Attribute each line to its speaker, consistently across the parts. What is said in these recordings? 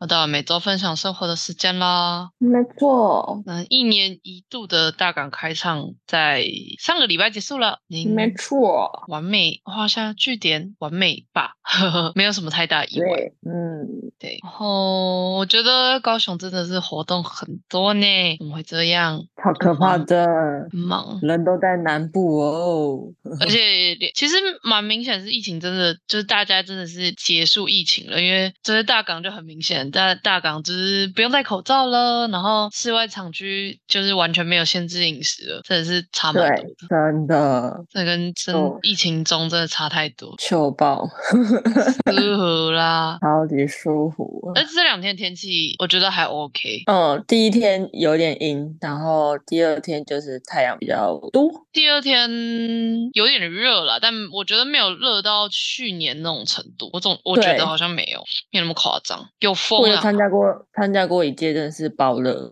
Speaker 1: 又到了每周分享生活的时间啦。
Speaker 2: 没错，
Speaker 1: 嗯，一年一度的大港开唱在上个礼拜结束了，您
Speaker 2: 没错，
Speaker 1: 完美画下句点，完美吧，没有什么太大意外。
Speaker 2: 对，嗯，
Speaker 1: 对，然后我觉得高雄真的是活动很多呢，怎么会这样？
Speaker 2: 好可怕的，
Speaker 1: 很忙，
Speaker 2: 人都在南部哦。
Speaker 1: 而且连其实蛮明显是疫情，真的就是大家真的是结束疫情了，因为就是大港就很明显，大大港就是不用戴口罩了，然后室外场区就是完全没有限制饮食了，真的是差蛮多
Speaker 2: 对
Speaker 1: 的。，
Speaker 2: 真的
Speaker 1: 这跟真
Speaker 2: 哦，
Speaker 1: 疫情中真的差太多
Speaker 2: 糗爆，
Speaker 1: 舒服啦。
Speaker 2: 超级舒服。
Speaker 1: 但是这两天天气我觉得还 OK，
Speaker 2: 嗯，第一天有点阴，然后第二天就是太阳比较多。
Speaker 1: 第二天有点热了，但我觉得没有热到去年那种程度。我总我觉
Speaker 2: 对
Speaker 1: 得好像没有，没有那么夸张。有风
Speaker 2: 我有
Speaker 1: 啊，
Speaker 2: 参加过，参加过一届，真的是爆热，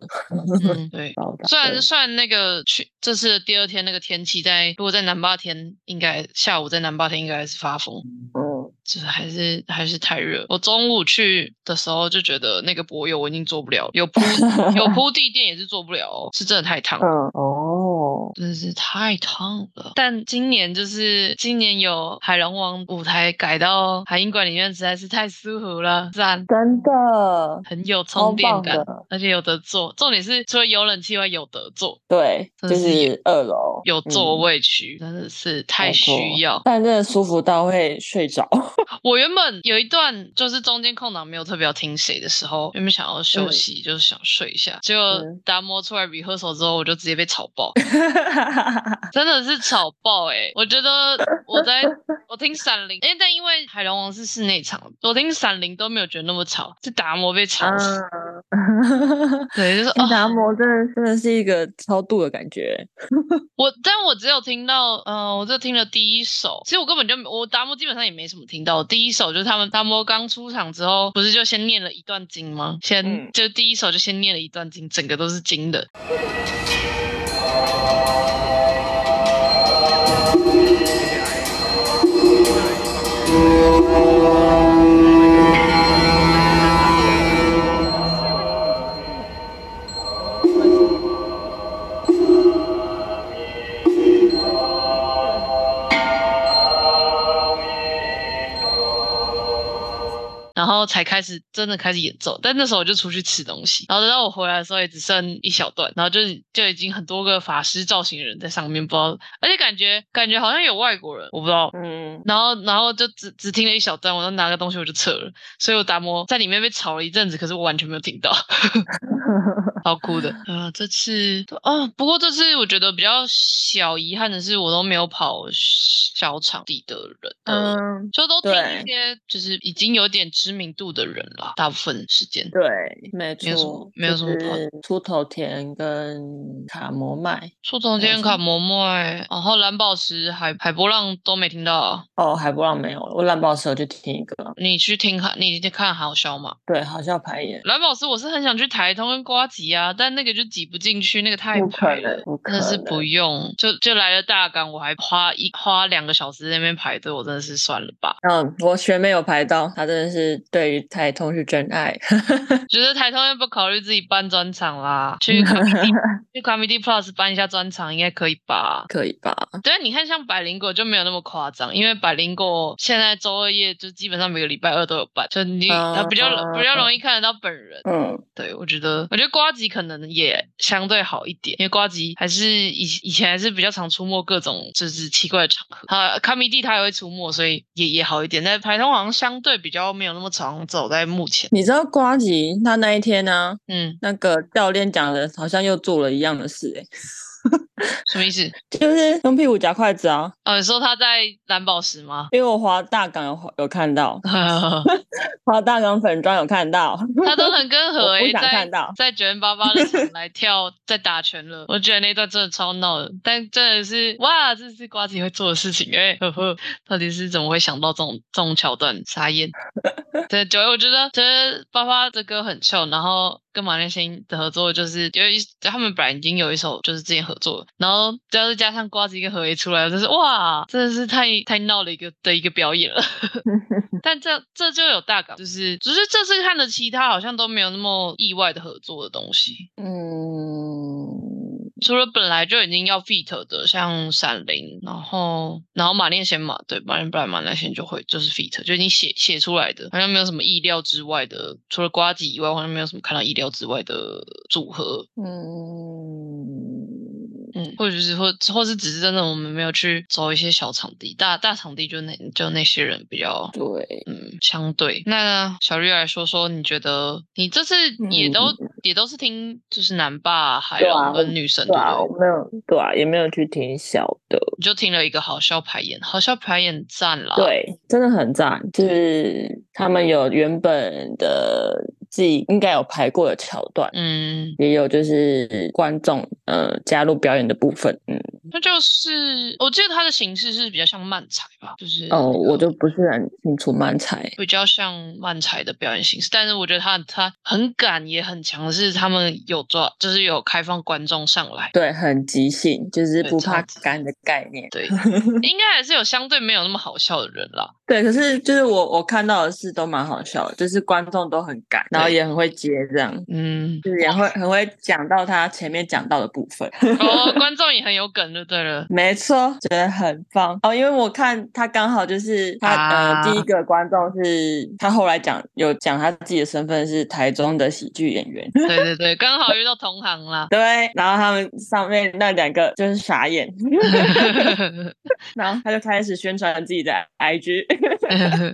Speaker 1: 嗯，对。
Speaker 2: 爆炸
Speaker 1: 虽
Speaker 2: 热
Speaker 1: 然虽然那个去这次的第二天那个天气在，如果在南霸天，应该下午在南霸天应该是发疯，
Speaker 2: 嗯，
Speaker 1: 就是还是还是太热。我中午去的时候就觉得那个柏油我已经做不了了，有铺有铺地垫也是做不了哦、是真的太烫了。
Speaker 2: 嗯，哦，
Speaker 1: 真是太烫了。但今年就是今年有海龙王舞台改到海英馆里面，实在是太舒服了，赞，
Speaker 2: 真的
Speaker 1: 很有充
Speaker 2: 超
Speaker 1: 电
Speaker 2: 棒
Speaker 1: 感，
Speaker 2: 的，
Speaker 1: 而且有得坐。重点是除了有冷气外，有得坐，
Speaker 2: 对，
Speaker 1: 真
Speaker 2: 就是
Speaker 1: 有
Speaker 2: 是二楼
Speaker 1: 有座
Speaker 2: 嗯
Speaker 1: 位区，真的是太
Speaker 2: 没错
Speaker 1: 需要。
Speaker 2: 但真的舒服到会睡着。
Speaker 1: 我原本有一段就是中间空档没有特别要听谁的时候，原本想要休
Speaker 2: 嗯
Speaker 1: 息，就是想睡一下，结果
Speaker 2: 嗯
Speaker 1: 达摩出来 rehearsal 之后，我就直接被吵爆。真的是吵爆哎、我觉得我 在我听《闪灵》，哎，但因为《海龙王》是室内场，我听《闪灵》都没有觉得那么吵，是达摩被吵死。
Speaker 2: 嗯，
Speaker 1: 对，就是
Speaker 2: 天
Speaker 1: 啊、
Speaker 2: 达摩真的真的是一个超度的感觉，
Speaker 1: 我但我只有听到，呃，我只有听了第一首，其实我根本就没我达摩基本上也没什么听到。我第一首就是他们达摩刚出场之后，不是就先念了一段经吗？先、
Speaker 2: 嗯
Speaker 1: 就第一首就先念了一段经，整个都是经的，然后才开始真的开始演奏。但那时候我就出去吃东西，然后等到我回来的时候也只剩一小段，然后就就已经很多个法师造型人在上面，不知道，而且感觉感觉好像有外国人，我不知道。
Speaker 2: 嗯，
Speaker 1: 然后，然后就只只听了一小段，我就拿个东西我就撤了，所以我达摩在里面被吵了一阵子，可是我完全没有听 到，超哭的。呃，这次哦，不过这次我觉得比较小遗憾的是，我都没有跑小场地的人的
Speaker 2: 嗯，
Speaker 1: 就都听
Speaker 2: 对
Speaker 1: 一些就是已经有点知名度的人啦，大部分时间。
Speaker 2: 对，没
Speaker 1: 没有什
Speaker 2: 错
Speaker 1: 么，没有什么
Speaker 2: 就
Speaker 1: 跑
Speaker 2: 是出头田跟卡摩麦，
Speaker 1: 树丛
Speaker 2: 没有
Speaker 1: 间
Speaker 2: 什么
Speaker 1: 卡摩麦，然后蓝宝石、海海波浪都没听到啊。
Speaker 2: 哦，海波浪没有了，我蓝宝石我就听一个，
Speaker 1: 你去听看，你去看好笑吗？
Speaker 2: 对，好像排演，
Speaker 1: 蓝宝石我是很想去台通跟瓜吉啊，但那个就挤不进去，那个太
Speaker 2: 不可
Speaker 1: 排
Speaker 2: 能
Speaker 1: 了。，
Speaker 2: 不可
Speaker 1: 真的是
Speaker 2: 能
Speaker 1: 不，用，就就来了大港，我还花一花两个小时在那边排队，我真的是算了吧。
Speaker 2: 嗯，我学妹有排到，她真的是对于台通是真爱，
Speaker 1: 觉得台通要不要考虑自己办专场啦？去 Comedy 去 Comedy Plus 办一下专场应该可以吧？
Speaker 2: 可以吧？
Speaker 1: 对，啊你看像百灵果就没有那么夸张，因为百灵果现在周二夜就基本上每个礼拜二都有办，就你、呃比较比较容易看得到本人。
Speaker 2: 嗯，
Speaker 1: 对我觉得，我觉得瓜吉可能也相对好一点，因为瓜吉还是以以前还是比较常出没各种就是奇怪的场合，他卡米蒂他也会出没，所以也也好一点。但台通好像相对比较没有那么常走在幕前。
Speaker 2: 你知道瓜吉他那一天呢、
Speaker 1: 嗯，
Speaker 2: 那个教练讲的，好像又做了一样的事、欸，
Speaker 1: 什么意思？
Speaker 2: 就是用屁股夹筷子啊。
Speaker 1: 哦，你说他在蓝宝石吗？
Speaker 2: 因为我滑大港有有看到，他大港粉专有看到，
Speaker 1: 他都很跟和
Speaker 2: 我不
Speaker 1: 诶、
Speaker 2: 想
Speaker 1: 在
Speaker 2: 看到
Speaker 1: 在九零八八的场来跳，在打拳 了。我觉得那段真的超闹的，但真的是哇，这是瓜子也会做的事情诶、呵呵，到底是怎么会想到这种这种桥段？傻 眼。对，九一我觉得其实八八的歌很秀，然后跟马念星的合作就是有一他们本来已经有一首就是之前合作的，然后要是加上瓜子跟何一出来，就是哇，真的是太太闹了一个的一个表演了。但这这就有大港，就是只是这次看的其他好像都没有那么意外的合作的东西，
Speaker 2: 嗯，
Speaker 1: 除了本来就已经要 feat 的，像闪灵，然后然后马念先嘛，对，马念不然马念先就会就是 feat 就已经写写出来的，好像没有什么意料之外的，除了瓜子以外，好像没有什么看到意料之外的组合，
Speaker 2: 嗯，
Speaker 1: 嗯，或者是或或是只是真的我们没有去走一些小场地，大大场地就那就那些人比较
Speaker 2: 对，
Speaker 1: 嗯，相对那小绿来说说，你觉得你这次也
Speaker 2: 嗯
Speaker 1: 都、也都是听就是南霸海
Speaker 2: 对啊
Speaker 1: 龙跟女神
Speaker 2: 对
Speaker 1: 对不
Speaker 2: 啊，
Speaker 1: 对？
Speaker 2: 我没有，对啊，也没有去听小的，
Speaker 1: 你就听了一个好笑排演，好笑排演赞啦。，
Speaker 2: 对，真的很赞，就是他们有原本的自己应该有排过的桥段。
Speaker 1: 嗯，
Speaker 2: 也有就是观众呃加入表演的部分，嗯，
Speaker 1: 那就是我记得它的形式是比较像漫才吧，就是那
Speaker 2: 哦，
Speaker 1: 个
Speaker 2: 我就不是很清楚漫才，
Speaker 1: 比较像漫才的表演形式，但是我觉得他他很敢也很强的是他们有抓，就是有开放观众上来。
Speaker 2: 对，很即兴，就是
Speaker 1: 对
Speaker 2: 不
Speaker 1: 超
Speaker 2: 怕
Speaker 1: 级
Speaker 2: 干的概念，
Speaker 1: 对，应该还是有相对没有那么好笑的人啦。
Speaker 2: 对，可是就是我我看到的是都蛮好笑的，就是观众都很敢，然后
Speaker 1: 对
Speaker 2: 也很会接这样。
Speaker 1: 嗯，
Speaker 2: 就是也会很会讲到他前面讲到的部分，
Speaker 1: 哦，观众也很有梗就对了。
Speaker 2: 没错，觉得很棒哦。因为我看他刚好就是他、
Speaker 1: 啊
Speaker 2: 呃第一个观众是他后来讲有讲他自己的身份是台中的喜剧演员， 。
Speaker 1: 对对对，刚好遇到同行啦
Speaker 2: 对，然后他们上面那两个就是傻眼， 然后他就开始宣传自己的 IG。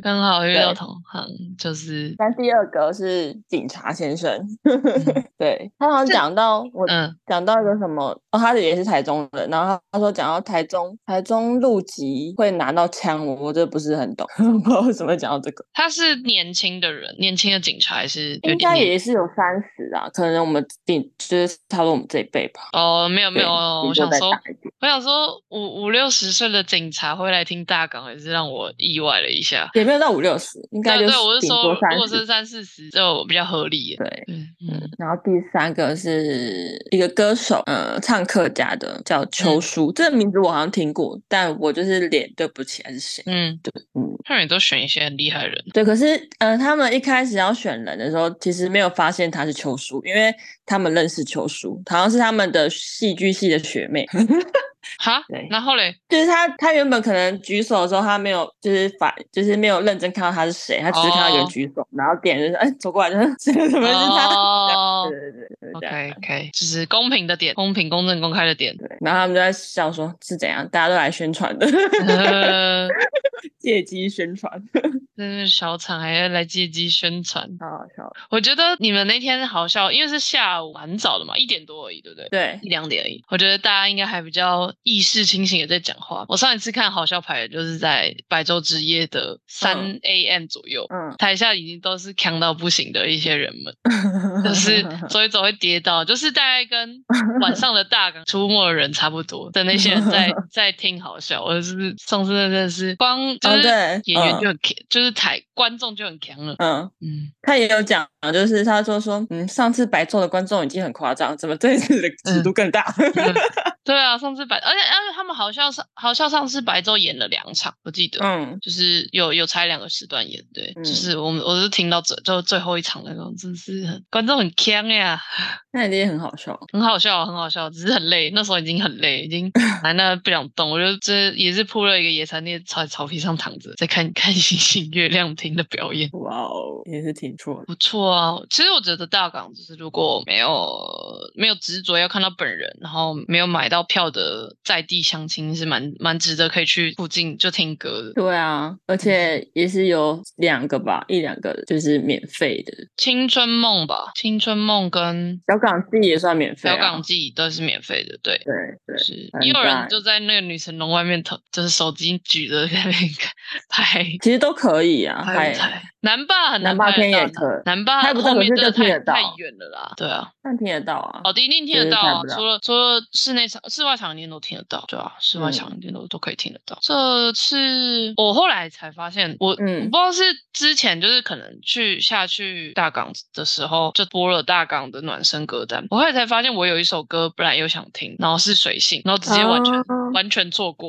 Speaker 1: 刚好遇到
Speaker 2: 对
Speaker 1: 同行，就是
Speaker 2: 但第二个是警察先生，
Speaker 1: 嗯
Speaker 2: 对他好像
Speaker 1: 这
Speaker 2: 讲到我
Speaker 1: 嗯
Speaker 2: 讲到一个什么哦，他也是台中人，然后他说讲到台中台中入籍会拿到枪，我我这不是很懂， 不知道为什么会讲到这个，
Speaker 1: 他是年轻的人，年轻的警察还是有点
Speaker 2: 应该
Speaker 1: 年
Speaker 2: 也是有三十啊，可能我们顶就是差不多我们这一辈吧。
Speaker 1: 哦，没有没
Speaker 2: 对
Speaker 1: 有，我
Speaker 2: 顶
Speaker 1: 想
Speaker 2: 多再
Speaker 1: 说，
Speaker 2: 大一点
Speaker 1: 我想说五五六十岁的警察会来听大港，也是让我意外了一下。
Speaker 2: 也没有到五六十，应该
Speaker 1: 对
Speaker 2: 就
Speaker 1: 对，我是
Speaker 2: 顶
Speaker 1: 说，
Speaker 2: 多
Speaker 1: 如
Speaker 2: 三
Speaker 1: 果
Speaker 2: 十
Speaker 1: 是三四十，就比较合理耶。
Speaker 2: 对。
Speaker 1: 嗯嗯，
Speaker 2: 然后第三个是一个歌手，呃，唱客家的，叫
Speaker 1: 嗯
Speaker 2: 秋叔。这个名字我好像听过，但我就是脸对不起来是谁。
Speaker 1: 嗯，
Speaker 2: 对，嗯，
Speaker 1: 他们也都选一些很厉害的人。
Speaker 2: 对。可是，呃，他们一开始要选人的时候，其实没有发现他是秋叔，因为他们认识秋叔，好像是他们的戏剧系的学 妹。
Speaker 1: 哈
Speaker 2: 对，
Speaker 1: 然后嘞，
Speaker 2: 就是他，他原本可能举手的时候，他没有，就是反，就是没有认真看到他是谁，他只是看到有人
Speaker 1: 哦
Speaker 2: 举手，然后点就是，哎，走过来 就是，怎么是他？
Speaker 1: 哦
Speaker 2: 对对对对对，这样
Speaker 1: OK OK，就是公平的点，公平、公正、公开的 点。
Speaker 2: 对，然后他们就在笑说是怎样，大家都来宣传 的，
Speaker 1: 呃，
Speaker 2: 借机宣传，
Speaker 1: 真是小厂还要来借机宣传。
Speaker 2: 好好笑。
Speaker 1: 我觉得你们那天好笑，因为是下午蛮早的嘛，一点多而已，对不对？
Speaker 2: 对，
Speaker 1: 一两点而已。我觉得大家应该还比较意识清醒的在讲话。我上一次看好笑牌就是在白昼之夜的三 AM 左右，
Speaker 2: 嗯，
Speaker 1: 台下已经都是强到不行的一些人们。 就是
Speaker 2: 哦
Speaker 1: 走一走会跌倒，就是大概跟晚上的大港出没的人差不多的那些人 在在听好笑。我就是上次真的是光就
Speaker 2: 哦
Speaker 1: 是
Speaker 2: 对
Speaker 1: 演员
Speaker 2: 嗯
Speaker 1: 就很强，就是台观众就很强了。
Speaker 2: 嗯，
Speaker 1: 嗯，
Speaker 2: 他也有讲，就是他说说，嗯，上次白昼的观众已经很夸张，怎么这一次的尺度更大？
Speaker 1: 对啊，上次白，而且而且他们好像是好像上次白昼演了两场，我记得。
Speaker 2: 嗯，
Speaker 1: 就是有有拆两个时段演，对，
Speaker 2: 嗯
Speaker 1: 就是我们我是听到最就最后一场那种，真是很观众很强呀，
Speaker 2: 那一定很好笑。
Speaker 1: 很好笑，很好笑，只是很累，那时候已经很累，已经还那不想动，我就这也是 铺了一个野餐垫，在草皮上躺着，在看看星星、月亮厅的表演。
Speaker 2: 哇哦，也是挺错的。
Speaker 1: 不错啊，其实我觉得大港就是如果没有没有执着要看到本人，然后没有买到票的在地乡亲是蛮蛮值得可以去附近就听歌的。
Speaker 2: 对啊，而且也是有两个吧，一两个就是免费的，
Speaker 1: 青春梦吧，青春梦跟
Speaker 2: 小港自己也算免费、啊。
Speaker 1: 小港记都是免费的，对。
Speaker 2: 对对，
Speaker 1: 是，
Speaker 2: 很
Speaker 1: 也有人
Speaker 2: 赞
Speaker 1: 就在那个女神龙外面投，就是手机举着在那边拍
Speaker 2: 其实都可以啊，
Speaker 1: 拍
Speaker 2: 还
Speaker 1: 舞台。南坝很
Speaker 2: 南
Speaker 1: 霸
Speaker 2: 霸天也
Speaker 1: 可，
Speaker 2: 可，
Speaker 1: 南坝
Speaker 2: 拍不到
Speaker 1: 后面
Speaker 2: 可
Speaker 1: 真
Speaker 2: 是
Speaker 1: 的
Speaker 2: 就听
Speaker 1: 太
Speaker 2: 得到
Speaker 1: 太远了啦。对啊，
Speaker 2: 但听得到啊。
Speaker 1: 哦，一定听
Speaker 2: 就
Speaker 1: 得
Speaker 2: 是
Speaker 1: 到
Speaker 2: 看
Speaker 1: 啊
Speaker 2: 不，到
Speaker 1: 除了除了室内场、室外场一定都听得到，对啊，室外
Speaker 2: 嗯
Speaker 1: 场一定都都可以听得到。这次我后来才发现，我我不
Speaker 2: 嗯
Speaker 1: 知道是之前就是可能去下去大港的时候就播了大港的暖身歌单，我后来才发现我有一首歌本来有想听，然后是随性，然后直接完全、
Speaker 2: 哦
Speaker 1: 完全错 过，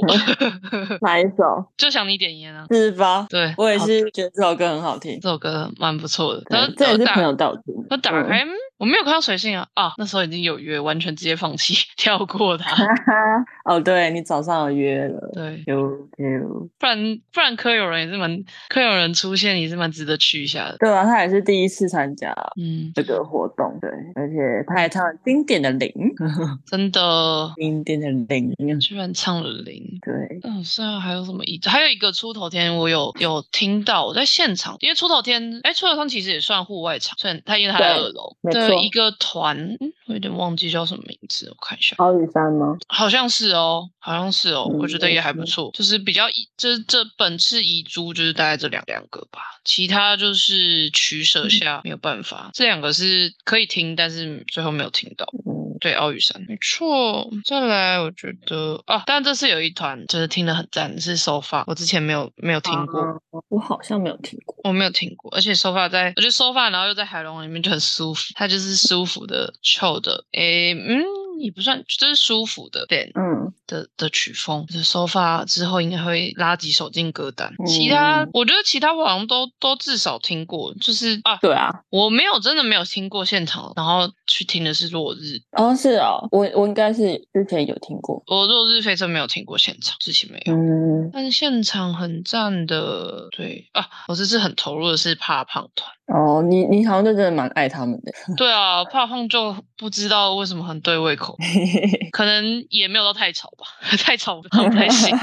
Speaker 2: 哪一首？
Speaker 1: 就想你点烟啊，
Speaker 2: 是吧？
Speaker 1: 对，
Speaker 2: 我也
Speaker 1: 好
Speaker 2: 是觉得这首歌很好听，
Speaker 1: 这首歌蛮不错的，然后
Speaker 2: 对，这也是
Speaker 1: 打
Speaker 2: 朋友道听。
Speaker 1: 我打
Speaker 2: 嗯
Speaker 1: 开、嗯我没有看到随性啊啊，那时候已经有约，完全直接放弃跳过 它。
Speaker 2: 哦，对你早上有约了。
Speaker 1: 对，
Speaker 2: 有有，
Speaker 1: 不然不然科友人也是蛮科友人出现也是蛮值得去一下的。
Speaker 2: 对啊，他也是第一次参加
Speaker 1: 嗯，
Speaker 2: 这个活动，对，而且他还唱了经典的零，
Speaker 1: 嗯真的，
Speaker 2: 经典的零，
Speaker 1: 居然唱了零。
Speaker 2: 对，
Speaker 1: 嗯，虽然还有什么一，还有一个出头天，我有有听到我在现场，因为出头天，哎，出头天其实也算户外场，虽然它因为它在
Speaker 2: 对
Speaker 1: 二楼
Speaker 2: 没
Speaker 1: 的
Speaker 2: 错
Speaker 1: 一个团，嗯我有点忘记叫什么名字，我看一下。
Speaker 2: 高雨山吗？
Speaker 1: 好像是哦，好像是哦，我
Speaker 2: 嗯
Speaker 1: 觉得
Speaker 2: 我
Speaker 1: 也
Speaker 2: 也
Speaker 1: 还不
Speaker 2: 是
Speaker 1: 错，就是比较以这这本次遗珠就是大概这两两个吧，其他就是取
Speaker 2: 嗯
Speaker 1: 舍下没有办法，这两个是可以听，但是最后没有听到。
Speaker 2: 嗯，
Speaker 1: 对，奥羽山没错。再来，我觉得啊，但这次有一团就是听得很赞，是 SOFA，我之前没有没有听过，
Speaker 2: 啊我好像没有听过。
Speaker 1: 我没有听过，而且 SOFA 在，我觉得 SOFA 然后又在海龙里面就很舒服，它就是舒服的、臭的，诶，嗯，也不算，就是舒服的 band。
Speaker 2: 嗯，
Speaker 1: 的的曲风，就是 SOFA 之后应该会拉几首进歌单。其他
Speaker 2: 嗯
Speaker 1: 我觉得其他我好像都都至少听过，就是啊，
Speaker 2: 对啊，
Speaker 1: 我没有真的没有听过现场，然后去听的是落日。
Speaker 2: 哦是哦，我我应该是之前有听过。
Speaker 1: 我落日飞车没有听过现场，之前没有。
Speaker 2: 嗯，
Speaker 1: 但是现场很赞的，对啊，我这次很投入的是怕胖 团，
Speaker 2: 哦，你你好像就真的蛮爱他们的，
Speaker 1: 对啊，怕胖就不知道为什么很对胃口，可能也没有到太吵吧， 太吵不太行。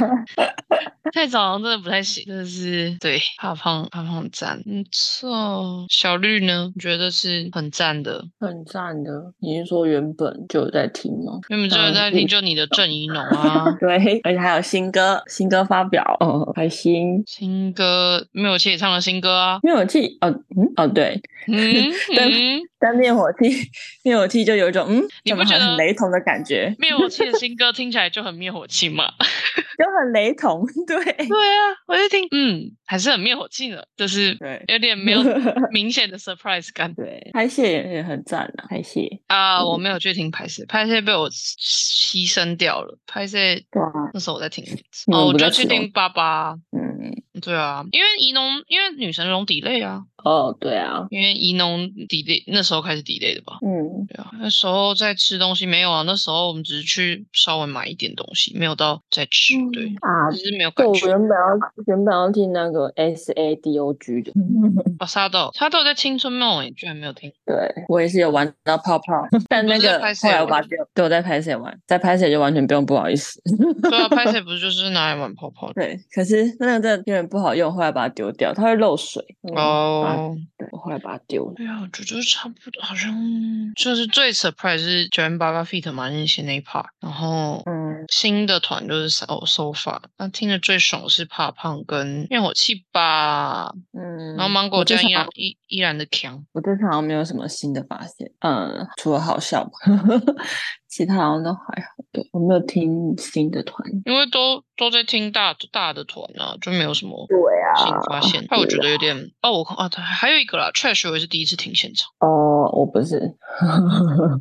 Speaker 1: 太早好像真的不太行，真的是对怕胖怕胖很赞，没错。小绿呢，我觉得是很赞的，
Speaker 2: 很赞的。你是说原本就有在听吗？
Speaker 1: 原本就有
Speaker 2: 嗯
Speaker 1: 在
Speaker 2: 是，
Speaker 1: 听就你的郑怡农啊
Speaker 2: 对，而且还有新歌，新歌发表，哦，开心。
Speaker 1: 新歌灭火器也唱了新歌啊，
Speaker 2: 灭火器，哦，嗯，哦， 对，
Speaker 1: 嗯
Speaker 2: 但
Speaker 1: 嗯，
Speaker 2: 但灭火器， 灭火器就有一种嗯，
Speaker 1: 你
Speaker 2: 怎
Speaker 1: 不
Speaker 2: 么
Speaker 1: 觉
Speaker 2: 好像
Speaker 1: 得
Speaker 2: 很雷同的感觉，
Speaker 1: 灭火器的新歌听起来就很灭火器嘛，
Speaker 2: 就很雷同， 对，
Speaker 1: 对啊，我就听，嗯，还是很灭火器呢，就是
Speaker 2: 对，
Speaker 1: 有点没 有明显的 surprise 感。
Speaker 2: 对，拍戏也很赞啊，拍戏，
Speaker 1: 啊、我
Speaker 2: 嗯
Speaker 1: 没有去听拍摄，拍摄被我牺牲掉了。拍摄
Speaker 2: 对啊，
Speaker 1: 那时候我在听什么
Speaker 2: 你们
Speaker 1: 哦，我
Speaker 2: 不
Speaker 1: 就
Speaker 2: 在
Speaker 1: 去
Speaker 2: 吃东
Speaker 1: 听爸爸。
Speaker 2: 嗯，
Speaker 1: 对啊，因为怡农，因为女神龙 delay 啊，
Speaker 2: 哦，对啊，
Speaker 1: 因为怡农 delay 那时候开始 delay 的吧。
Speaker 2: 嗯，
Speaker 1: 对啊，那时候在吃东西没有啊，那时候我们只是去稍微买一点东西，没有到在吃，嗯对，
Speaker 2: 啊
Speaker 1: 只是没有
Speaker 2: 对，
Speaker 1: 感
Speaker 2: 我
Speaker 1: 觉。
Speaker 2: 原本要原本要听那个 S A D O G 的，
Speaker 1: 啊，沙豆，沙豆在青春梦诶，居然没有听。
Speaker 2: 对我也是有玩到泡泡，但
Speaker 1: 你不
Speaker 2: 那
Speaker 1: 是在
Speaker 2: 个
Speaker 1: 拍谁
Speaker 2: 后来我把
Speaker 1: 玩
Speaker 2: 它丢，对，我在拍谁玩，在拍谁就完全不用不好意思，
Speaker 1: 对啊，拍摄不是就是拿来玩泡泡的？
Speaker 2: 对，可是那个真的有点不好用，后来把它丢掉，它会漏水，嗯，把它
Speaker 1: 哦，
Speaker 2: 对，我后来把它丢了，
Speaker 1: 对啊，我觉得差不多，好像就是最 surprise 是九零八八 feet 嘛，那些那一 part，然后
Speaker 2: 嗯，
Speaker 1: 新的团就是 so sofa，那听的最爽的是怕胖跟灭火器吧，
Speaker 2: 嗯，
Speaker 1: 然后芒果
Speaker 2: 我这
Speaker 1: 酱
Speaker 2: 次
Speaker 1: 依
Speaker 2: 好
Speaker 1: 然依依然的强，
Speaker 2: 我这次好像没有什么新的发现，嗯，除了好笑吧， 其他好像都还好。对，我没有听新的团。
Speaker 1: 因为都都在听大大的团啊，就没有什么
Speaker 2: 对啊
Speaker 1: 新发现，但我觉
Speaker 2: 对
Speaker 1: 得有点哦，我看啊，对还有一个啦，trash 我也是第一次听现场，
Speaker 2: 哦，我不是，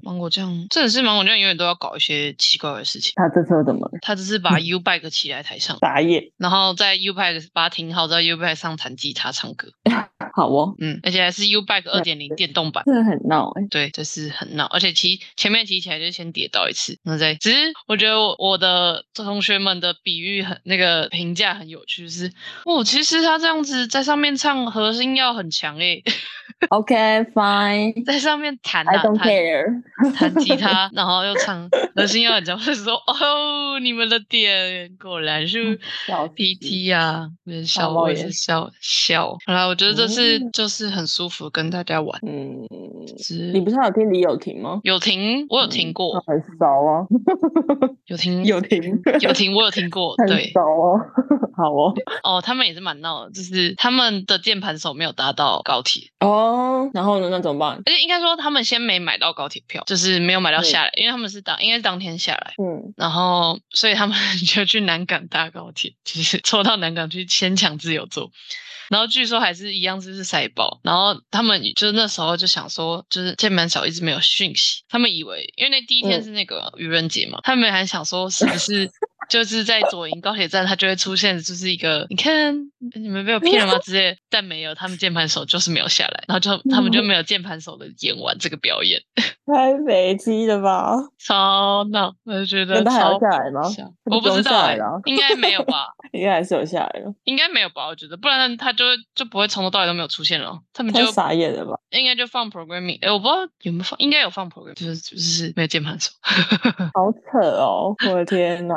Speaker 1: 芒果酱真的是芒果酱永远都要搞一些奇怪的事情，
Speaker 2: 他这次又怎么了？
Speaker 1: 他只是把
Speaker 2: 嗯
Speaker 1: U bike 骑来台上。
Speaker 2: 打野？
Speaker 1: 然后在 U p a 把它停好，在 U p a 上弹吉他唱歌，
Speaker 2: 好哦，
Speaker 1: 嗯，而且还是 U Bike 二点零电动版。
Speaker 2: 真的很闹哎、
Speaker 1: 对，这是很闹，而且骑前面骑起来就是先跌倒一次，那再只是我觉得我我的同学们的比喻很那个评价很有趣，就是哦，其实他这样子在上面唱核心要很强诶、
Speaker 2: OK fine，I
Speaker 1: 在上面弹啊
Speaker 2: don't
Speaker 1: 弹
Speaker 2: care。
Speaker 1: 弹吉他，然后又唱核心要很强，我就说哦，你们的点果然
Speaker 2: 嗯
Speaker 1: 是
Speaker 2: 笑死
Speaker 1: PT 啊，别笑
Speaker 2: 冒
Speaker 1: 我也
Speaker 2: 烟
Speaker 1: 是笑笑。好啦，我觉得这是
Speaker 2: 嗯
Speaker 1: 就是很舒服跟大家玩，
Speaker 2: 嗯，
Speaker 1: 是
Speaker 2: 你不是还有听李友廷吗？
Speaker 1: 有停，我有停
Speaker 2: 嗯
Speaker 1: 过
Speaker 2: 他，很熟哦，
Speaker 1: 有停
Speaker 2: 友廷，，
Speaker 1: 有停，我有听过
Speaker 2: 很
Speaker 1: 对
Speaker 2: 熟哦， 好哦，
Speaker 1: 哦，他们也是蛮闹的，就是他们的键盘手没有搭到高铁，
Speaker 2: 哦，然后呢，那怎么办？
Speaker 1: 而且应该说他们先没买到高铁票，就是没有买到下来，因为他们是当应该是当天下来，
Speaker 2: 嗯，
Speaker 1: 然后所以他们 就去南港搭高铁，就是抽到南港去先抢自由座。然后据说还是一样，就是塞爆。然后他们就是那时候就想说，就是键盘手一直没有讯息，他们以为因为那第一天
Speaker 2: 嗯
Speaker 1: 是那个愚人节嘛，他们还想说是不 是就是在左营高铁站，它就会出现就是一个你看你们被我骗 了吗之类的，但没有，他们键盘手就是没有下来，然后就他们
Speaker 2: 嗯
Speaker 1: 就没有键盘手的演完这个表演，
Speaker 2: 太北极了吧？
Speaker 1: 超闹，我就觉
Speaker 2: 那
Speaker 1: 得
Speaker 2: 他还
Speaker 1: 超
Speaker 2: 要下来吗？
Speaker 1: 笑
Speaker 2: 啊他
Speaker 1: 我不
Speaker 2: 用
Speaker 1: 知道、
Speaker 2: 下来
Speaker 1: 欸
Speaker 2: 了啊，
Speaker 1: 应该没有吧？
Speaker 2: 应该还是有下来了，
Speaker 1: 应该没有吧？我觉得，不然他就就不会从头到尾都没有出现了。他们就
Speaker 2: 太傻眼了吧？
Speaker 1: 应该就放 programming，哎、我不知道有没有放，应该有放 program，就是就是没有键盘手。 嗯
Speaker 2: 好扯哦！我的天哪，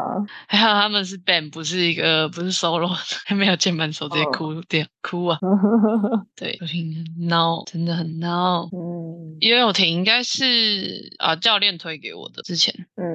Speaker 1: 还好他们是 band，不是一个不是 solo，还 没有键盘手，直接
Speaker 2: 嗯
Speaker 1: 哭掉、哭啊！对，有挺很闹，真的很闹。
Speaker 2: 嗯
Speaker 1: 因为我挺应该是啊教练推给我的，之前
Speaker 2: 嗯，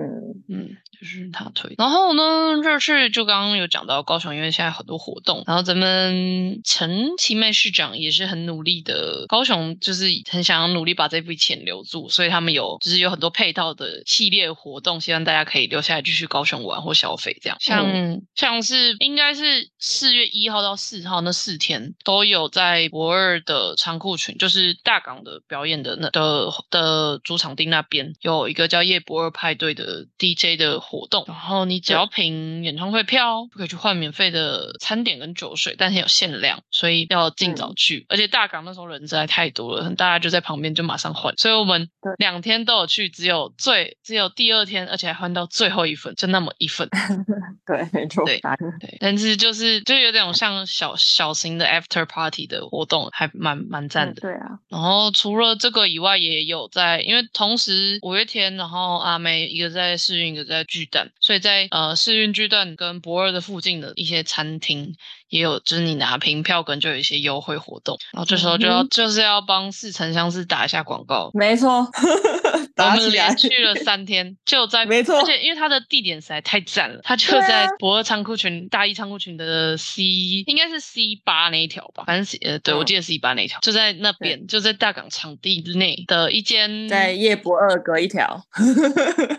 Speaker 1: 嗯就是他推。然后呢，这次就刚刚有讲到高雄，因为现在很多活动，然后咱们陈其迈市长也是很努力的，高雄就是很想要努力把这笔钱留住，所以他们有就是有很多配套的系列活动，希望大家可以留下来继续高雄玩或消费这样。像、像是应该是四月一号到四号那四天都有在博二的仓库群，就是大港的表演的那的的主场地那边有一个叫夜博二派对的 DJ 的活动，然后你只要凭演唱会票就可以去换免费的餐点跟酒水，但是有限量，所以要尽早去。而且大港那时候人实在太多了，大家就在旁边就马上换，所以我们
Speaker 2: 对
Speaker 1: 两天都有去，只有最只有第二天，而且还换到最后一份，就那么一份。
Speaker 2: 对，没错，
Speaker 1: 对
Speaker 2: 傻眼
Speaker 1: 对，但是就是就有点像小小型的 after party 的活动，还蛮蛮赞
Speaker 2: 嗯
Speaker 1: 的。
Speaker 2: 对啊，
Speaker 1: 然后除了这个以外，也有在，因为同时五月天，然后阿妹一个在试运，一个在巨蛋，所以在呃试运巨蛋跟博二的附近的一些餐厅。也有，就是你拿凭票跟就有一些优惠活动，然后这时候就要、
Speaker 2: 嗯
Speaker 1: 就是要帮四城相思打一下广告，
Speaker 2: 没错，
Speaker 1: 我
Speaker 2: 打
Speaker 1: 们
Speaker 2: 起来
Speaker 1: 连去了三天，就在
Speaker 2: 没错
Speaker 1: 而且因为它的地点实在太赞了，它就
Speaker 2: 对啊
Speaker 1: 在博二仓库群、大一仓库群的 C，应该是 C 八那一条吧，反正是呃，对、
Speaker 2: 嗯
Speaker 1: 我记得 C 八那一条，就在那边，就在大港场地内的一间
Speaker 2: 在夜泊二隔一条，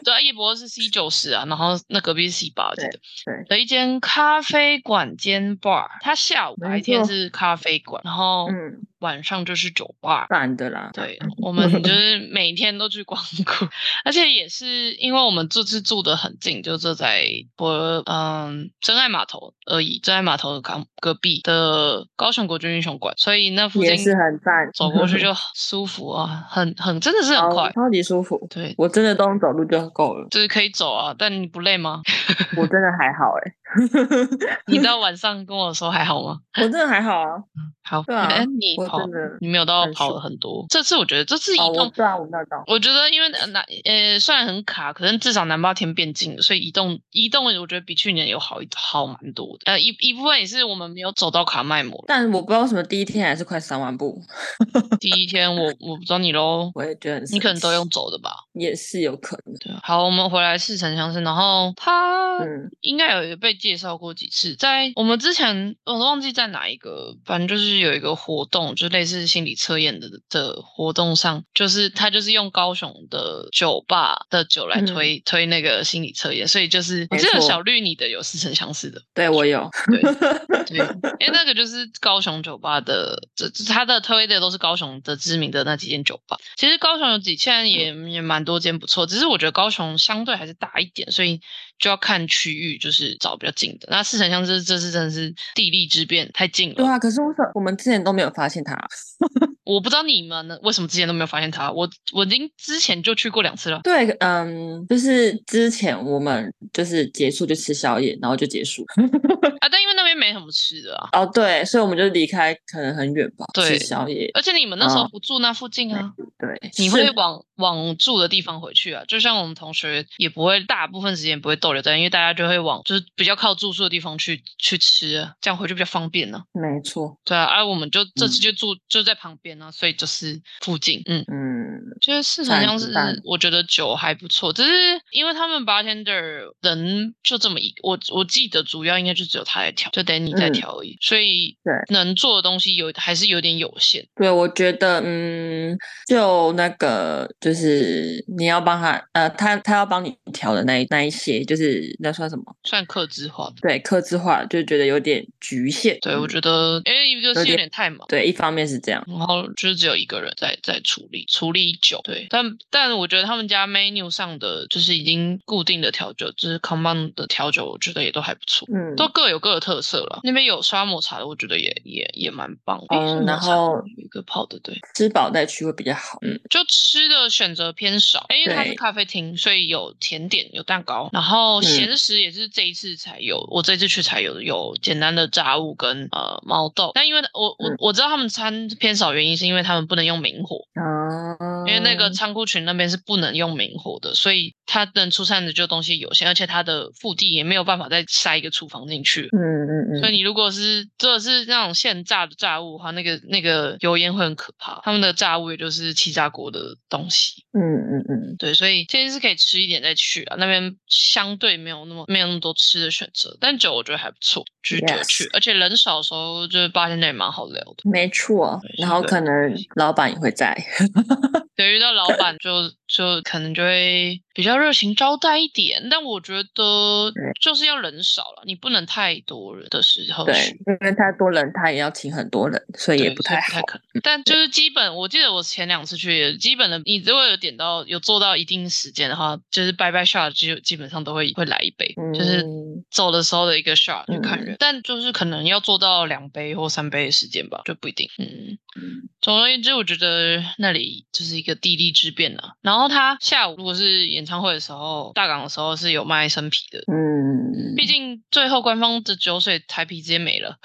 Speaker 1: 对啊，夜博是 C 九十啊，然后那隔壁是 C 八，我记得。
Speaker 2: 对
Speaker 1: 的一间咖啡馆兼 bar，它下午
Speaker 2: 没
Speaker 1: 白天
Speaker 2: 错
Speaker 1: 是咖啡馆，然后
Speaker 2: 嗯，
Speaker 1: 晚上就是酒吧。
Speaker 2: 反的啦，
Speaker 1: 对，我们就是每天都去光顾，而且也是因为我们这次住的很近，就住在我嗯真爱码头而已，真爱码头的旁隔壁的高雄国军英雄馆，所以那附
Speaker 2: 也
Speaker 1: 近
Speaker 2: 是很赞，
Speaker 1: 走过 去就舒服啊，很很真的是很
Speaker 2: 超
Speaker 1: 快，
Speaker 2: 超级舒服。
Speaker 1: 对，
Speaker 2: 我真的都走路就够了，
Speaker 1: 就是可以走啊，但你不累吗？
Speaker 2: 我真的还好哎、
Speaker 1: 你知道晚上跟我说还好吗？
Speaker 2: 我真的还好啊，
Speaker 1: 好，
Speaker 2: 对啊
Speaker 1: 哎你
Speaker 2: 我
Speaker 1: 跑
Speaker 2: 真的
Speaker 1: 你没有到
Speaker 2: 很
Speaker 1: 跑了
Speaker 2: 爽
Speaker 1: 很多，这次我觉得这次移
Speaker 2: 哦，
Speaker 1: 动
Speaker 2: 我知道，我知道，
Speaker 1: 我觉得，因为呃南呃虽然很卡，可是至少南霸天变近了，所以移动移动，我觉得比去年有好一好蛮多的。呃，一一部分也是我们没有走到卡麦摩了。
Speaker 2: 但我不知道为什么第一天还是快三万步，
Speaker 1: 第一天我我不找你喽，
Speaker 2: 我也觉得很
Speaker 1: 你可
Speaker 2: 神
Speaker 1: 能都
Speaker 2: 奇
Speaker 1: 用走的吧？
Speaker 2: 也是有可能，
Speaker 1: 对啊，啊好，我们回来似曾相识，然后他
Speaker 2: 嗯，
Speaker 1: 应该有有被介绍过几次，在我们之前我忘记在哪一个，反正就是有一个活动，就类似心理测验的的活动上，就是他就是用高雄的酒吧的酒来
Speaker 2: 嗯
Speaker 1: 推、推那个心理测验，所以就是我
Speaker 2: 没
Speaker 1: 记得
Speaker 2: 错
Speaker 1: 小绿你的有似曾相识的，
Speaker 2: 对我有，
Speaker 1: 对对，因为那个就是高雄酒吧的，这这他的推的都是高雄的知名的那几间酒吧。其实高雄有几间也也蛮多间不错，只是我觉得高雄相对还是大一点，所以就要看区域，就是找比较近的。那四城乡这这次真的是地利之变，太近了。
Speaker 2: 对啊，可是为什么我们之前都没有发现它？啊
Speaker 1: 我不知道你们呢为什么之前都没有发现它，我我已经之前就去过两次了。
Speaker 2: 对，嗯，就是之前我们就是结束就吃宵夜，然后就结束。
Speaker 1: 啊，但因为那边没什么吃的啊，
Speaker 2: 哦，对，所以我们就离开，可能很远吧，
Speaker 1: 对
Speaker 2: 吃宵夜。
Speaker 1: 而且你们那时候
Speaker 2: 哦
Speaker 1: 不住那附近啊，
Speaker 2: 对，
Speaker 1: 你会
Speaker 2: 是
Speaker 1: 往往住的地方回去啊。就像我们同学也不会大部分时间不会逗留在，因为大家就会往就是比较靠住宿的地方去去吃啊、这样回去比较方便呢、
Speaker 2: 没错，
Speaker 1: 对啊，啊，我们就这次就住、就在旁边啊，所以就是附近，嗯。
Speaker 2: 嗯，
Speaker 1: 就是四
Speaker 2: 赞
Speaker 1: 城像是
Speaker 2: 赞
Speaker 1: 我觉得酒还不错，只是因为他们 bartender 人就这么一，我我记得主要应该就只有他在调，就等你在
Speaker 2: 嗯
Speaker 1: 调而已，所以
Speaker 2: 对
Speaker 1: 能做的东西有还是有点有限。
Speaker 2: 对，我觉得，嗯，就那个，就是你要帮他，呃，他他要帮你调的那一那一些，就是那算什么？
Speaker 1: 算克制化的。
Speaker 2: 对，客制化，就觉得有点局限。
Speaker 1: 对，我
Speaker 2: 得
Speaker 1: 觉得，因为一个是有
Speaker 2: 嗯点
Speaker 1: 点太忙，
Speaker 2: 对，一方面是这样，
Speaker 1: 然后就是只有一个人在在处理处理酒，对，但但我觉得他们家 menu 上的就是已经固定的调酒，就是 common 的调酒，我觉得也都还不错，
Speaker 2: 嗯，
Speaker 1: 都各有各的特色了。那边有刷抹茶的，我觉得也也也蛮棒的。
Speaker 2: 哦
Speaker 1: 诶是抹
Speaker 2: 然
Speaker 1: 茶
Speaker 2: 后
Speaker 1: 有一个泡的，对，
Speaker 2: 吃饱再去会比较好。嗯，
Speaker 1: 就吃的选择偏少，诶因为它是
Speaker 2: 对
Speaker 1: 咖啡厅，所以有甜点，有蛋糕，然后
Speaker 2: 嗯
Speaker 1: 咸食也是这一次才有，我这次去才有有简单的炸物跟呃毛豆。但因为我我
Speaker 2: 嗯
Speaker 1: 我知道他们餐偏少原因是因为他们不能用明火，
Speaker 2: 啊，
Speaker 1: 因为那个仓库群那边是不能用明火的，所以它能出餐的就东西有限，而且它的腹地也没有办法再塞一个厨房进去。
Speaker 2: 嗯，嗯嗯
Speaker 1: 所以你如果是这是那种现炸的炸物的话，那个那个油烟会很可怕。他们的炸物也就是气炸锅的东西，
Speaker 2: 嗯嗯嗯
Speaker 1: 对，所以建议是可以吃一点再去啊。那边相对没有那么没有那么多吃的选择，但酒我觉得还不错，就是酒
Speaker 2: Yes
Speaker 1: 去而且人少的时候就是八天内也蛮好聊的。
Speaker 2: 嗯，没错
Speaker 1: 对。
Speaker 2: 然
Speaker 1: 是
Speaker 2: 后
Speaker 1: 的
Speaker 2: 可能老板也会在，
Speaker 1: 对，遇到老板就就可能就会比较热情招待一点，但我觉得
Speaker 2: 对
Speaker 1: 就是要人少了，你不能太多人的时候
Speaker 2: 对
Speaker 1: 去。，
Speaker 2: 因为太多人，他也要请很多人，所以也
Speaker 1: 哦对
Speaker 2: 不
Speaker 1: 所以
Speaker 2: 太好。嗯
Speaker 1: 可能。但就是基本，我记得我前两次去，基本的你如果有点到有做到一定时间的话，就是拜拜 shot 基基本上都会会来一杯，就是
Speaker 2: 嗯
Speaker 1: 走的时候的一个 shot 就看人，但就是可能要做到两杯或三杯的时间吧，就不一定。嗯，
Speaker 2: 嗯
Speaker 1: 总而言之，我觉得那里就是一个地利之变啊。然后他下午如果是演唱会的时候，大港的时候是有卖生啤的。
Speaker 2: 嗯，
Speaker 1: 毕竟最后官方的酒水台啤直接没了，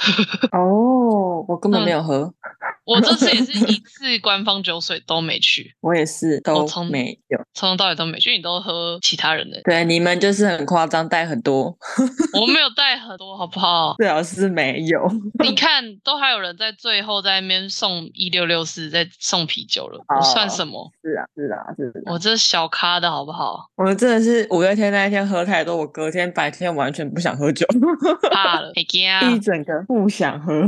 Speaker 2: 哦，我根本没有喝。
Speaker 1: 我这次也是一次官方酒水都没去，
Speaker 2: 我也是都
Speaker 1: 从
Speaker 2: 没有。，
Speaker 1: 从头到尾都没去，因为你都喝其他人的
Speaker 2: 对，你们就是很夸张，带很多，
Speaker 1: 我没有带很多，好不好？
Speaker 2: 最好是没有。
Speaker 1: 你看，都还有人在最后在那边送一六六四，在送啤酒了，我
Speaker 2: 哦
Speaker 1: 算什么？
Speaker 2: 是啊，是啊，是啊。
Speaker 1: 我这小咖的好不好？
Speaker 2: 我们真的是五月天那一天喝太多，我隔天白天完全不想喝酒，
Speaker 1: 怕 了，会惊啊，
Speaker 2: 一整个不想喝。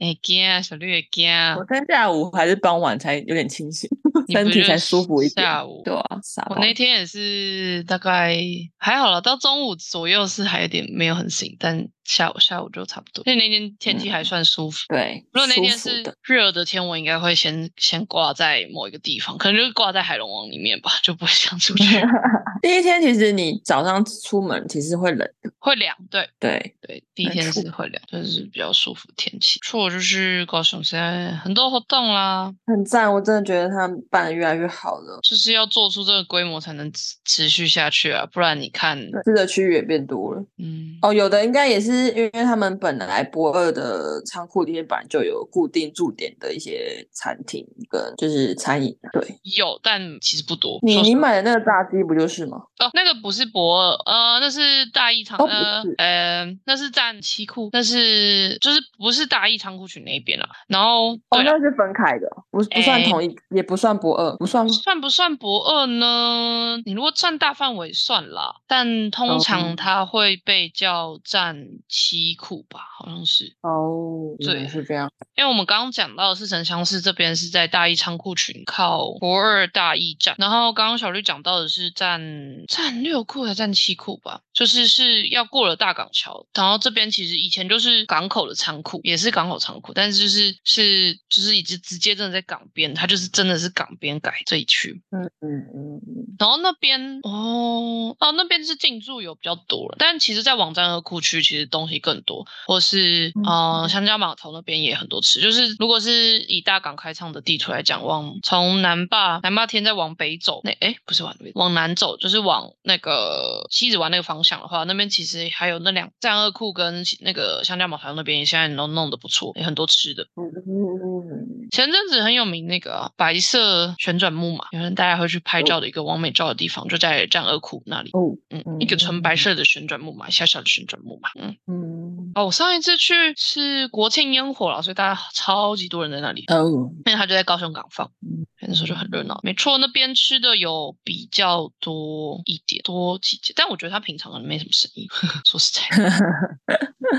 Speaker 1: 会惊啊，小绿会惊啊
Speaker 2: 我，在下午还是傍晚才有点清醒，
Speaker 1: 你
Speaker 2: 身
Speaker 1: 不
Speaker 2: 体
Speaker 1: 就
Speaker 2: 才舒服一点。
Speaker 1: 下午
Speaker 2: 对。啊，傻
Speaker 1: 我
Speaker 2: 爆。
Speaker 1: 那天也是大概还好了，到中午左右是还有点没有很醒，但下午下午就差不多。因为那天天气还算舒服，
Speaker 2: 对，
Speaker 1: 如果那
Speaker 2: 嗯舒
Speaker 1: 天
Speaker 2: 服
Speaker 1: 是
Speaker 2: 的，
Speaker 1: 热的天，我应该会先先挂在某一个地方，可能就是挂在海龙王里面吧，就不会想出去
Speaker 2: 第一天，其实你早上出门其实会冷。
Speaker 1: 会凉。对
Speaker 2: 对，
Speaker 1: 对，第一
Speaker 2: 没
Speaker 1: 天
Speaker 2: 错
Speaker 1: 是会凉，就是比较舒服的天气。错就是高雄现在很多活动啦，
Speaker 2: 很赞，我真的觉得他们办的越来越好了，
Speaker 1: 就是要做出这个规模才能持持续下去啊，不然你看，
Speaker 2: 吃的区域也变多了。
Speaker 1: 嗯，
Speaker 2: 哦，有的应该也是因为他们本来博二的仓库里面本来就有固定驻点的一些餐厅跟就是餐饮啊。对，
Speaker 1: 有，但其实不多。
Speaker 2: 你
Speaker 1: 说实
Speaker 2: 你买的那个炸鸡不就是吗？
Speaker 1: 哦，那个不是博尔，呃，那是大义仓，
Speaker 2: 哦不
Speaker 1: 呃
Speaker 2: 是
Speaker 1: 呃，那是站七库，那是就是不是大义仓库群那一边啦。然后
Speaker 2: 哦，
Speaker 1: 对啦、
Speaker 2: 那是分开的，不不算
Speaker 1: 哎
Speaker 2: 同一，也不算博二，不算吗？
Speaker 1: 算不算博二呢？你如果占大范围算啦，但通
Speaker 2: 哦
Speaker 1: 常它会被叫占七库吧，好像是。
Speaker 2: 哦，原来
Speaker 1: 对
Speaker 2: 是这样。
Speaker 1: 因为我们刚刚讲到的是城乡市这边是在大一仓库群靠国二大一站，然后刚刚小绿讲到的是站站六库还是站七库吧，就是是要过了大港桥，然后这边其实以前就是港口的仓库，也是港口仓库，但是就是是就是已经直接真的在港边，它就是真的是港边改这一区，
Speaker 2: 嗯嗯嗯嗯，
Speaker 1: 然后那边哦哦，那边是进驻有比较多了，但其实，在网站和库区其实东西更多，或是
Speaker 2: 嗯
Speaker 1: 呃，香蕉码头那边也很多吃。就是如果是以大港开唱的地图来讲，往从南坝南坝天再往北走，那哎不是往北往南走，就是往那个西子湾那个方向的话，那边其实还有那两战二库跟那个香蕉码头那边现在都弄得不错，也很多吃的。
Speaker 2: 嗯嗯
Speaker 1: 前阵子很有名那个啊、白色旋转木马，有人大家会去拍照的一个完美照的地方，就在战二库那里。
Speaker 2: 哦
Speaker 1: 嗯
Speaker 2: 嗯，
Speaker 1: 一个纯白色的旋转木马，小小的旋转木马。嗯，
Speaker 2: 嗯
Speaker 1: 哦，我上一次去是国庆烟火了，所以大家超级多人在那里，
Speaker 2: 哦，
Speaker 1: 因为它就在高雄港放
Speaker 2: 嗯，
Speaker 1: 那时候就很热闹。没错，那边吃的有比较多一点，多几间，但我觉得他平常可能没什么生意， 说实在的，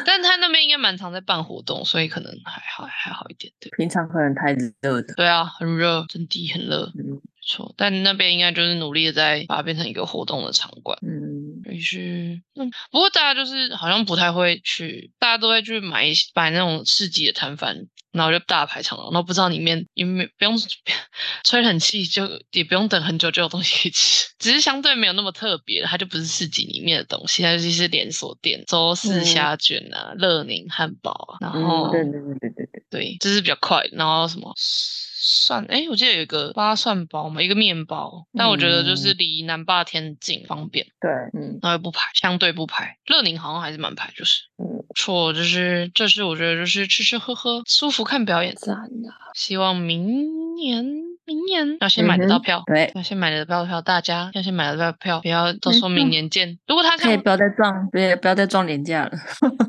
Speaker 1: 但他那边应该蛮常在办活动，所以可能还好还好一点。对，
Speaker 2: 平常可能太热的。
Speaker 1: 对啊，很热，真的很热。
Speaker 2: 嗯
Speaker 1: 没错，但那边应该就是努力的在把它变成一个活动的场馆。
Speaker 2: 嗯
Speaker 1: 也许，嗯，不过大家就是好像不太会去，大家都会去买一些买那种市集的摊贩，然后就大排长龙，然后不知道里面有没有不用 吹冷气就也不用等很久就有东西可以吃，只是相对没有那么特别，它就不是市集里面的东西，它就是连锁店，周四
Speaker 2: 嗯
Speaker 1: 虾卷啊、乐宁汉堡啊，然后
Speaker 2: 嗯，对对对对对对，
Speaker 1: 对，这是比较快。然后什么蒜？哎，我记得有一个八蒜包嘛，一个面包，但我觉得
Speaker 2: 嗯
Speaker 1: 就是离南霸天近，方便，
Speaker 2: 对，嗯
Speaker 1: 然后又不排，相对不排。乐宁好像还是蛮排，就是
Speaker 2: 嗯，
Speaker 1: 不错，就是这是我觉得就是吃吃喝喝，舒服看表演。
Speaker 2: 赞的。
Speaker 1: 希望明年明年要先买得到
Speaker 2: 嗯哼
Speaker 1: 票。
Speaker 2: 对，
Speaker 1: 要先买得到票，大家要先买得到票，不要到时候
Speaker 2: 没
Speaker 1: 明
Speaker 2: 错
Speaker 1: 年见。如果 他
Speaker 2: 可以
Speaker 1: 像
Speaker 2: 不要再撞，别不要再撞廉价了。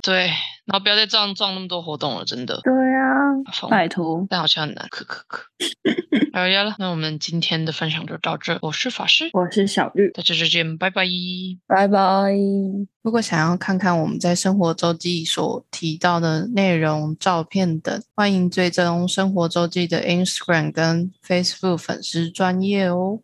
Speaker 1: 对，然后不要再撞撞那么多活动了，真的。
Speaker 2: 对啊，
Speaker 1: 疯
Speaker 2: 拜托，
Speaker 1: 但好像很难。可可可。好呀了，那我们今天的分享就到这。我是法师，
Speaker 2: 我是小绿，
Speaker 1: 大家再见，拜拜。
Speaker 2: 拜拜。
Speaker 3: 如果想要看看我们在生活周记所提到的内容、照片等，欢迎追踪生活周记的 Instagram 跟 Facebook 粉丝专业哦。